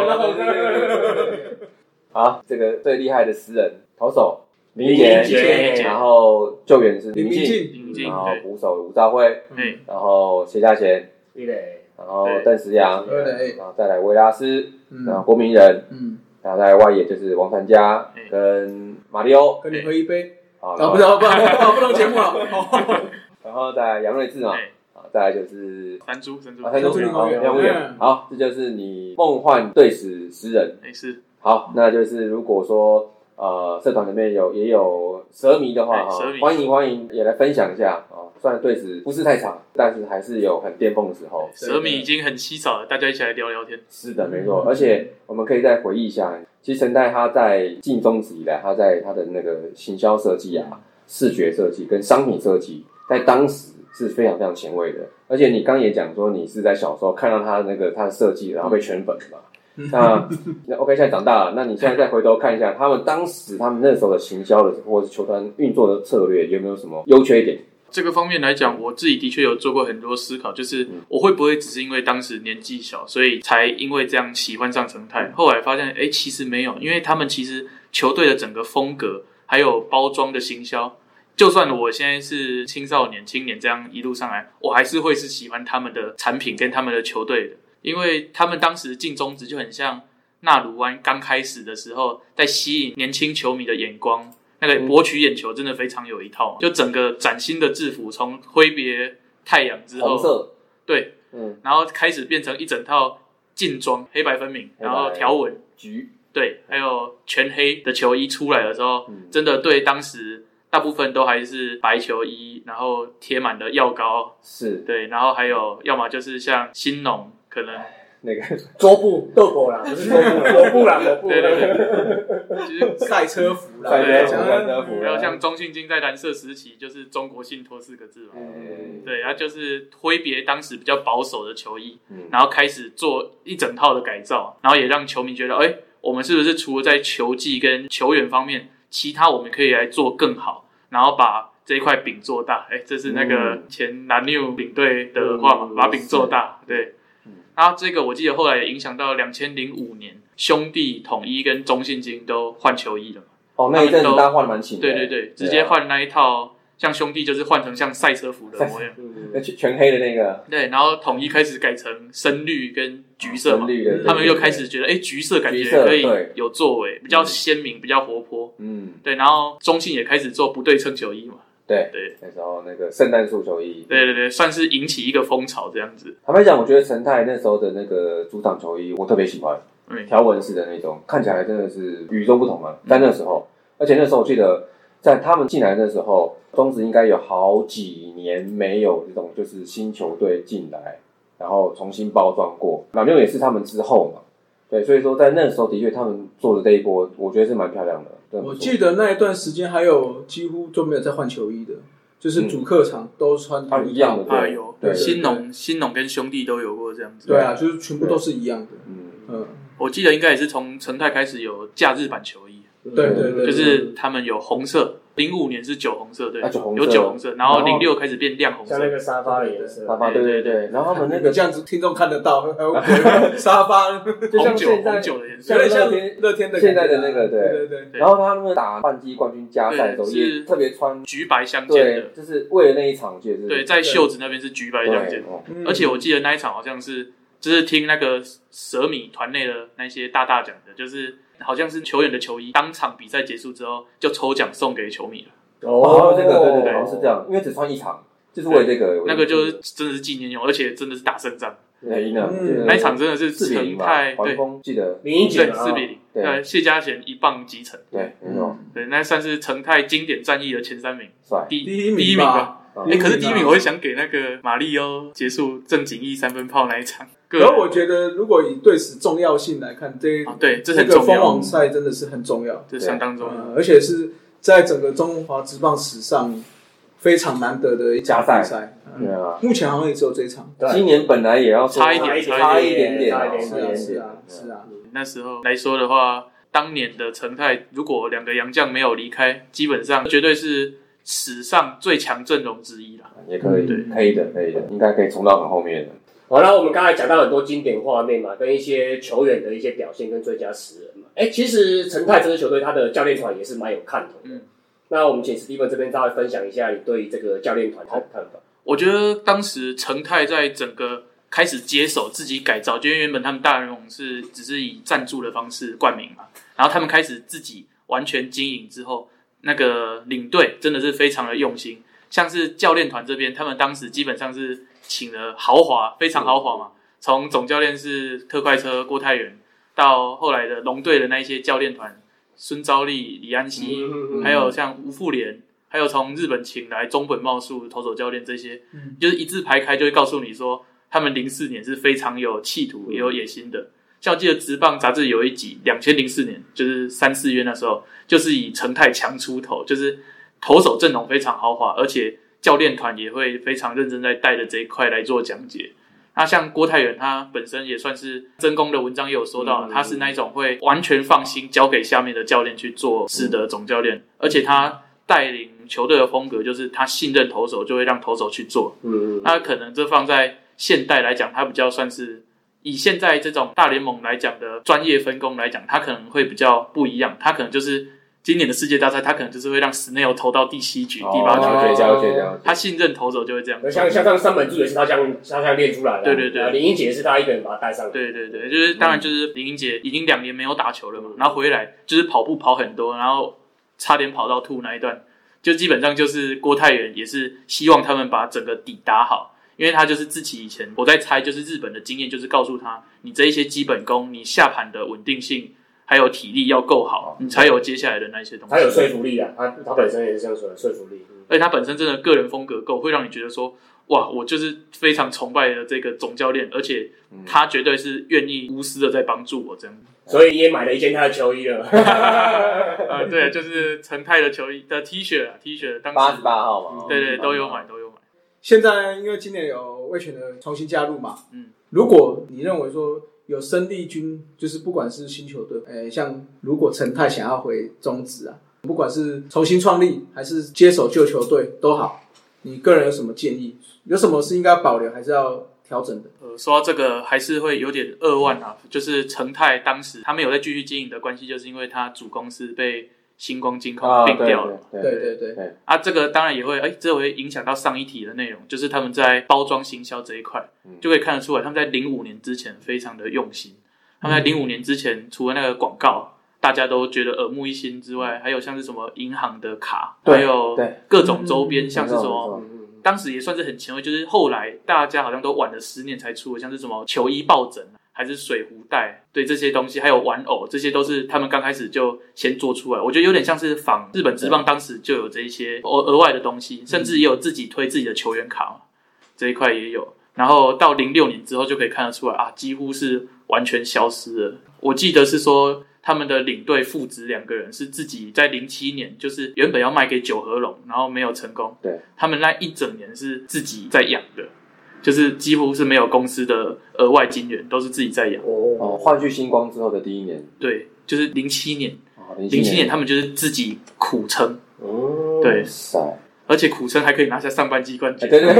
啊，这个最厉害的诗人投手林林杰林杰然后救援是林明进，进，引进然后对，捕手吴兆辉，哎，然后谢家贤，一垒，然后对邓石阳，嗯对对，然后再来维拉斯，然后嗯郭明仁，嗯，然后再来外野就是王传佳嗯跟马里欧，跟你喝一杯，啊，然啊，后不是，不不不弄节 [laughs] 目了，哦然后再来杨瑞智嘛，哎，啊，再来就是山猪山猪啊，，太多杨瑞智好，杨瑞嗯好，这就是你梦幻队史诗人。哎是，好，那就是如果说呃，社团里面有也有蛇迷的话哎哈蛇迷，欢迎欢迎也来分享一下啊。虽然对子不是太长，但是还是有很巅峰的时候。蛇米已经很稀少了，大家一起来聊聊天，是的，没错。而且我们可以再回忆一下，其实陈泰他在进中职以来，他在他的那个行销设计啊、视觉设计跟商品设计，在当时是非常非常前卫的。而且你刚也讲说，你是在小时候看到他那个他的设计，然后被圈粉嘛。那那 OK，现在长大了，那你现在再回头看一下，他们当时他们那时候的行销的或者是球团运作的策略有没有什么优缺点？这个方面来讲，我自己的确有做过很多思考，就是嗯我会不会只是因为当时年纪小，所以才因为这样喜欢上成泰？后来发现，哎，其实没有，因为他们其实球队的整个风格还有包装的行销，就算我现在是青少年、青年这样一路上来，我还是会是喜欢他们的产品跟他们的球队的，因为他们当时进中职就很像纳鲁湾刚开始的时候，在吸引年轻球迷的眼光，那嗯个博取眼球真的非常有一套。就整个崭新的制服，从挥别太阳之红后，色，对，嗯，然后开始变成一整套劲装，黑白分明，黑白然后条纹，橘，对，还有全黑的球衣出来的时候，嗯真的对当时大部分都还是白球衣，然后贴满了药膏，是对，然后还有要么就是像新农，可能那个桌布豆狗 [laughs] 啦，不是桌布，抹布啦，抹布。对对对，就是赛车服啦，赛对啊车服，赛车服，然后像中信金在蓝色时期就是中国信托四个字嘛，嗯，对，它就是挥别当时比较保守的球衣，嗯然后开始做一整套的改造，然后也让球迷觉得，哎，我们是不是除了在球技跟球员方面，其他我们可以来做更好，然后把这一块饼做大，哎，这是那个嗯前南六领队的话嘛，嗯把饼做大，对。然后这个我记得后来也影响到两千零五年，兄弟统一跟中信金都换球衣了嘛。哦，那一阵子大家换蛮勤的，啊对对对，直接换那一套，像兄弟就是换成像赛车服的模样。嗯那全全黑的那个对，然后统一开始改成深绿跟橘色嘛深，绿的，他们对又开，始觉得，哎，橘色感橘觉色可以对有作为，比较鲜明，比较活泼。嗯，对，然后中信也开始做不对称球衣嘛。对对，那时候那个圣诞树球衣，对对对，算是引起一个风潮这样子。坦白讲，我觉得神泰那时候的那个主场球衣，我特别喜欢，嗯条纹式的那种，看起来真的是与众不同啊。在那时候，而且那时候我记得，在他们进来的时候，中职应该有好几年没有这种就是新球队进来，然后重新包装过。老六也是他们之后嘛，对，所以说在那时候的确他们做的这一波，我觉得是蛮漂亮的。真的我不错记得那一段时间还有几乎都没有在换球衣的，就是主客场都穿他同们嗯啊套一样的，对哎呦对，对新农新农跟兄弟都有过这样子。对啊，就是全部都是一样的。嗯，嗯，我记得应该也是从成泰开始有假日版球衣。对对对，就是他们有红色，零五年是酒红色，对，啊酒红色有酒红色，然后然后零六开始变亮红像那色，个沙发的颜色，沙发，对对对，然后他们那有个这样子听众看得到， [laughs] 还有鬼沙发，就红像酒现红在。酒的颜色有。点像 [laughs] 像乐天乐天的现在感觉啊的那个对对对对，对然后他们打半季冠军加赛的时候，对是也特别穿橘白相间对的，，就是为了那一场，我记得是对，在袖子那边是橘白相对间，，哦嗯而且我记得那一场好像是，就是听那个蛇米团内的那些大大讲的，就是好像是球员的球衣，当场比赛结束之后就抽奖送给球迷了，哦，这个对对对，对好像是这样，因为只穿一场，就是为了这个，那个就是真的是纪念用，而且真的是打胜仗，对赢了嗯就是那一场真的是四比成零吧，泰黄对蜂记得林一啊对姐四比零，对对谢家贤一棒击成，对，没错，对，那算是成泰经典战役的前三名。帅，第第一第一名名吧。吧。嗯哎、可是第一名啊我会想给那个马里奥结束正经义三分炮那一场。个人然后我觉得，如果以对此重要性来看，这啊，对，这这很个重封要，王赛真的是很重要，这相当重要。嗯，而且是在整个中华职棒史上非常难得的一场加赛比赛。对啊，目前好像也只有这一场。对今年本来也要说差一点差一点点，差一是点啊，点是啊，是啊。那时候来说的话，当年的成泰如果两个洋将没有离开，基本上绝对是史上最强阵容之一啦。也可以，对可以的，可以的，应该可以冲到很后面的，好，那我们刚才讲到很多经典画面嘛，跟一些球员的一些表现跟最佳十人嘛。哎、其实成泰这支球队他的教练团也是蛮有看头的。嗯那我们请史蒂芬这边稍微分享一下你对于这个教练团的看法。我觉得当时成泰在整个开始接手自己改造，就因为原本他们大人红是只是以赞助的方式冠名嘛，然后他们开始自己完全经营之后，那个领队真的是非常的用心，像是教练团这边，他们当时基本上是请了豪华，非常豪华嘛，从总教练是特快车郭泰源，到后来的龙队的那一些教练团，孙昭利、李安熙，嗯还有像吴富连，还有从日本请来中本茂树投手教练这些，嗯就是一字排开就会告诉你说，他们零四年是非常有企图、也有野心的。像我记得《职棒》杂志有一集，两千零四年就是三四月那时候，就是以成泰强出头，就是投手阵容非常豪华，而且教练团也会非常认真在带的这一块来做讲解。那像郭泰源，他本身也算是真功的文章也有说到，嗯他是那一种会完全放心交给下面的教练去做事的总教练，而且他带领球队的风格就是他信任投手，就会让投手去做。嗯，那可能这放在现代来讲，它比较算是以现在这种大联盟来讲的专业分工来讲，它可能会比较不一样。它可能就是今年的世界大赛，它可能就是会让 Snail 投到第七局、第八哦局了就解会这样。了解了解他信任投手就会这样那。像像上三本柱也是他这样他这样练出来的啊，对对对啊林英杰是他一个人把他带上来，对对对，就是当然就是林英杰已经两年没有打球了嘛，嗯然后回来就是跑步跑很多，然后差点跑到吐那一段，就基本上就是郭泰源也是希望他们把整个底打好，因为他就是自己以前我在猜，就是日本的经验就是告诉他，你这一些基本功，你下盘的稳定性还有体力要够好，你才有接下来的那些东西。他嗯有说服力啊，他他本身也是这样说的说服力。嗯而且他本身真的个人风格够，会让你觉得说，哇，我就是非常崇拜的这个总教练，而且他绝对是愿意无私的在帮助我这样。所以你也买了一件他的球衣了， [laughs] 呃，对，就是陈泰的球衣的 T 恤啊，T 恤当八嗯十时八号嘛，对对都有买都有买，现在因为今年有魏权的重新加入嘛，嗯，如果你认为说有生力军，就是不管是新球队，呃，像如果陈泰想要回中职啊，不管是重新创立还是接手旧球队都好，你个人有什么建议？有什么是应该保留还是要调整的？呃，说到这个还是会有点扼腕啊，就是陈泰当时他没有再继续经营的关系，就是因为他主公司被星光金控啊，并对掉了。对对，对对对，啊，这个当然也会，哎，这会影响到上一题的内容，就是他们在包装行销这一块，嗯就可以看得出来，他们在零五年之前非常的用心。他们在零五年之前，除了那个广告大家都觉得耳目一新之外，还有像是什么银行的卡，对还有对各种周边，像是什没错没么错，嗯当时也算是很前卫，就是后来大家好像都晚了十年才出的，像是什么球衣抱枕啊还是水壶袋，对这些东西，还有玩偶，这些都是他们刚开始就先做出来。我觉得有点像是仿日本职棒当时就有这一些额额外的东西，甚至也有自己推自己的球员卡嘛，这一块也有。然后到零六年之后就可以看得出来啊，几乎是完全消失了。我记得是说他们的领队父子两个人是自己在零七年，就是原本要卖给九合龙，然后没有成功。对，他们那一整年是自己在养的，就是几乎是没有公司的额外金源，都是自己在养。 [laughs] 哦，哦，换去星光之后的第一年，对，就是零七年，哦，零零七年，他们就是自己苦撑，哦对 [laughs] 塞，而且苦撑还可以拿下上半季冠军哎。对对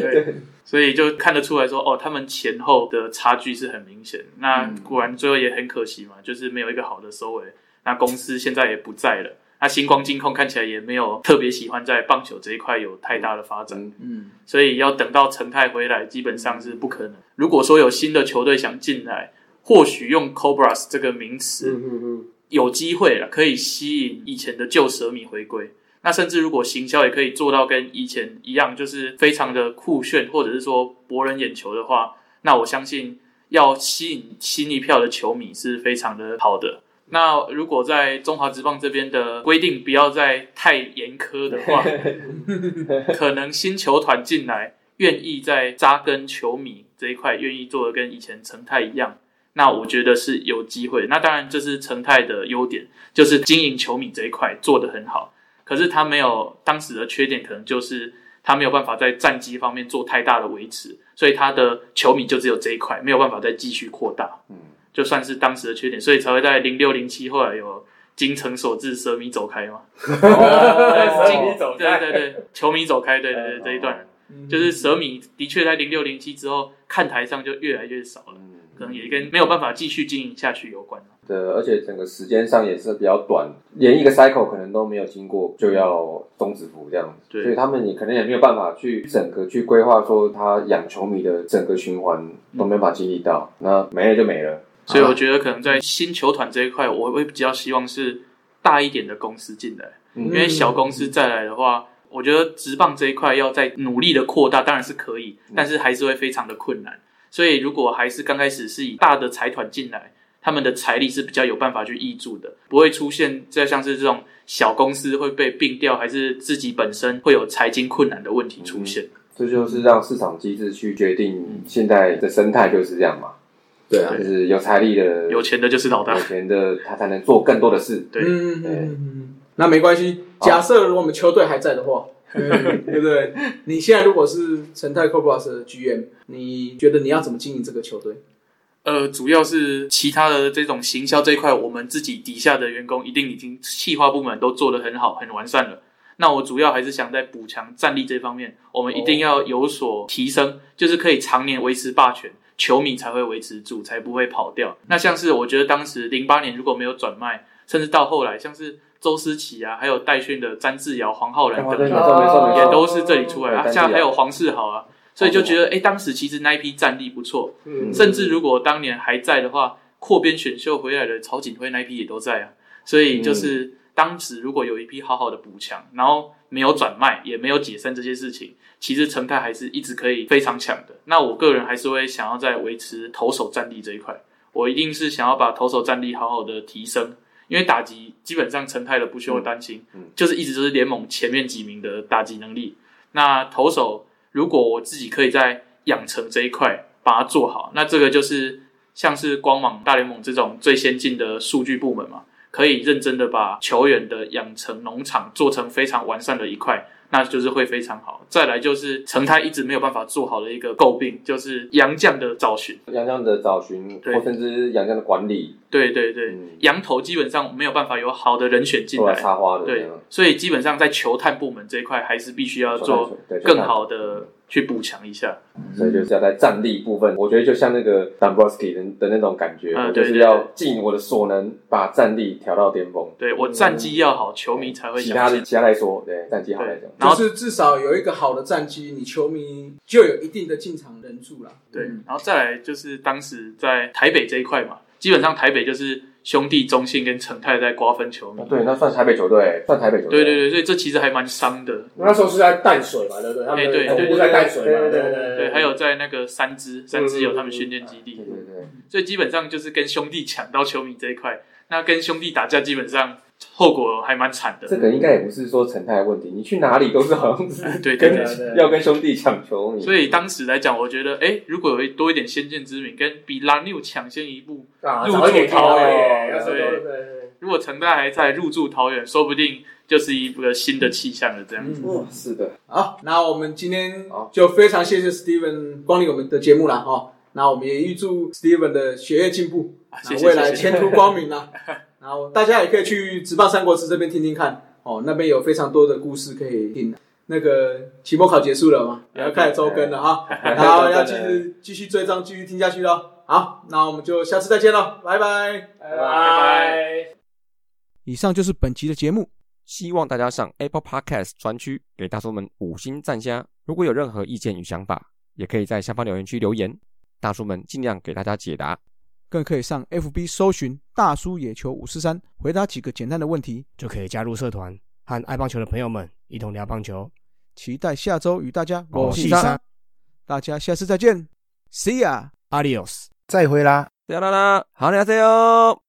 对，对，所以就看得出来说，哦，他们前后的差距是很明显。那果然最后也很可惜嘛，就是没有一个好的收尾。那公司现在也不在了，那星光金控看起来也没有特别喜欢在棒球这一块有太大的发展，嗯嗯，所以要等到陈泰回来，基本上是不可能。如果说有新的球队想进来，或许用 Cobras 这个名词，嗯嗯嗯，有机会了，可以吸引以前的旧蛇迷回归。那甚至如果行销也可以做到跟以前一样，就是非常的酷炫，或者是说博人眼球的话，那我相信要吸引新一票的球迷是非常的好的。那如果在中华职棒这边的规定不要再太严苛的话，可能新球团进来愿意在扎根球迷这一块，愿意做的跟以前成泰一样，那我觉得是有机会。那当然这是成泰的优点，就是经营球迷这一块做得很好。可是他没有当时的缺点，可能就是他没有办法在战绩方面做太大的维持，所以他的球迷就只有这一块，没有办法再继续扩大。嗯，就算是当时的缺点，所以才会在零六零七后来有精诚所至，蛇迷走开嘛。哦今天走对开嗯对对，球迷走开，对对对，这一段嗯就是蛇迷的确在零六零七之后看台上就越来越少了，嗯可能也跟没有办法继续经营下去有关。的，而且整个时间上也是比较短，连一个 cycle 可能都没有经过就要终止符这样子，对所以他们也可能也没有办法去整个去规划说他养球迷的整个循环嗯都没办法经历到，那没了就没了。所以我觉得可能在新球团这一块，我会比较希望是大一点的公司进来，嗯因为小公司再来的话，我觉得职棒这一块要再努力的扩大，当然是可以，但是还是会非常的困难。所以如果还是刚开始是以大的财团进来，他们的财力是比较有办法去挹注的，不会出现再像是这种小公司会被并掉，还是自己本身会有财经困难的问题出现。这就是让市场机制去决嗯定现在的生态就是这样嘛，对啊，就是有财力的、有钱的就是老大有，钱的他才能做更多的事。对嗯嗯嗯嗯，那没关系。假设如果我们球队还在的话，嗯 [laughs] 对不对？你现在如果是陈泰 Cobras 的 GM，你觉得你要怎么经营这个球队？呃，主要是其他的这种行销这一块，我们自己底下的员工一定已经企划部门都做得很好、很完善了。那我主要还是想在补强战力这方面，我们一定要有所提升，就是可以常年维持霸权，球迷才会维持住，才不会跑掉。那像是我觉得当时零八年如果没有转卖，甚至到后来像是周思齐啊，还有戴训的詹志尧、黄浩然哦等对等没，错没错没也错，都是这里出来的。啊对像单季啊还有黄世豪啊，所以就觉得，哎，当时其实那一批战力不错，嗯甚至如果当年还在的话，扩编选秀回来的曹锦辉那一批也都在啊。所以嗯就是当时如果有一批好好的补强，然后没有转卖，也没有解散这些事情，其实成泰还是一直可以非常强的。那我个人还是会想要再维持投手战力这一块，我一定是想要把投手战力好好的提升。因为打击基本上成泰的不需要担心，嗯嗯就是一直就是联盟前面几名的打击能力。那投手如果我自己可以在养成这一块把它做好，那这个就是像是光芒大联盟这种最先进的数据部门嘛，可以认真的把球员的养成农场做成非常完善的一块。那就是会非常好。再来就是成泰一直没有办法做好的一个诟病，就是洋将的找寻。洋将的找寻，对或甚至洋将的管理，对对对，嗯，羊头基本上没有办法有好的人选进后来来。插花的这对样，，所以基本上在球探部门这一块，还是必须要做对更，好的去补强一下。所以就是要在战力部分，我觉得就像那个 Dombrowski 的的那种感觉，嗯我就是对对要尽我的所能把战力调到巅峰，对我战绩要好，球迷才会其他相的信。其他来说，对战绩好来对讲，，然后就是至少有一个好的战绩，你球迷就有一定的进场人数啦。对，然后再来就是当时在台北这一块嘛，基本上台北就是兄弟、中信跟成泰在瓜分球迷啊。对，那算台北球队，算台北球对队，对对，所以这其实还蛮伤的。那时候是在淡水嘛，对不对？他们哎对总部对在淡水嘛，对对对对对对，还有在那个三支，三支有他们训练基地对，对对，所以基本上就是跟兄弟抢到球迷这一块。那跟兄弟打架，基本上后果还蛮惨的。这个应该也不是说陈泰的问题，你去哪里都是好像是 [laughs] 对对跟对，对要跟兄弟抢球迷，所以当时来讲，我觉得，哎，如果有多一点先见之明，跟比拉纽抢先一步，啊，入早一点驻看到桃哎园那时候对对对如果成大还在入驻桃园，说不定就是一个新的气象了。这样子，嗯，哇，是的，好，那我们今天好就非常谢谢 Steven 光临我们的节目了哈。那我们也预祝 Steven 的学业进步，啊那谢谢未来谢谢前途光 [laughs] 明啦。然后大家也可以去《直棒三国志》这边听听看哦，那边有非常多的故事可以听。那个期末考结束了嘛，也哎要开始周更了哈，然后要继续继续追踪，继续听下去喽。好，那我们就下次再见喽，拜拜。拜拜。以上就是本集的节目，希望大家上 Apple Podcast 专区给大叔们五星赞加。如果有任何意见与想法，也可以在下方留言区留言，大叔们尽量给大家解答。更可以上 FB 搜寻“大叔野球五四三”，回答几个简单的问题。就可以加入社团，和爱棒球的朋友们一同聊棒球。期待下周与大家我是戏三三，大家下次再见，See ya。 Adios，再会啦！啦啦啦，好，你好，加油！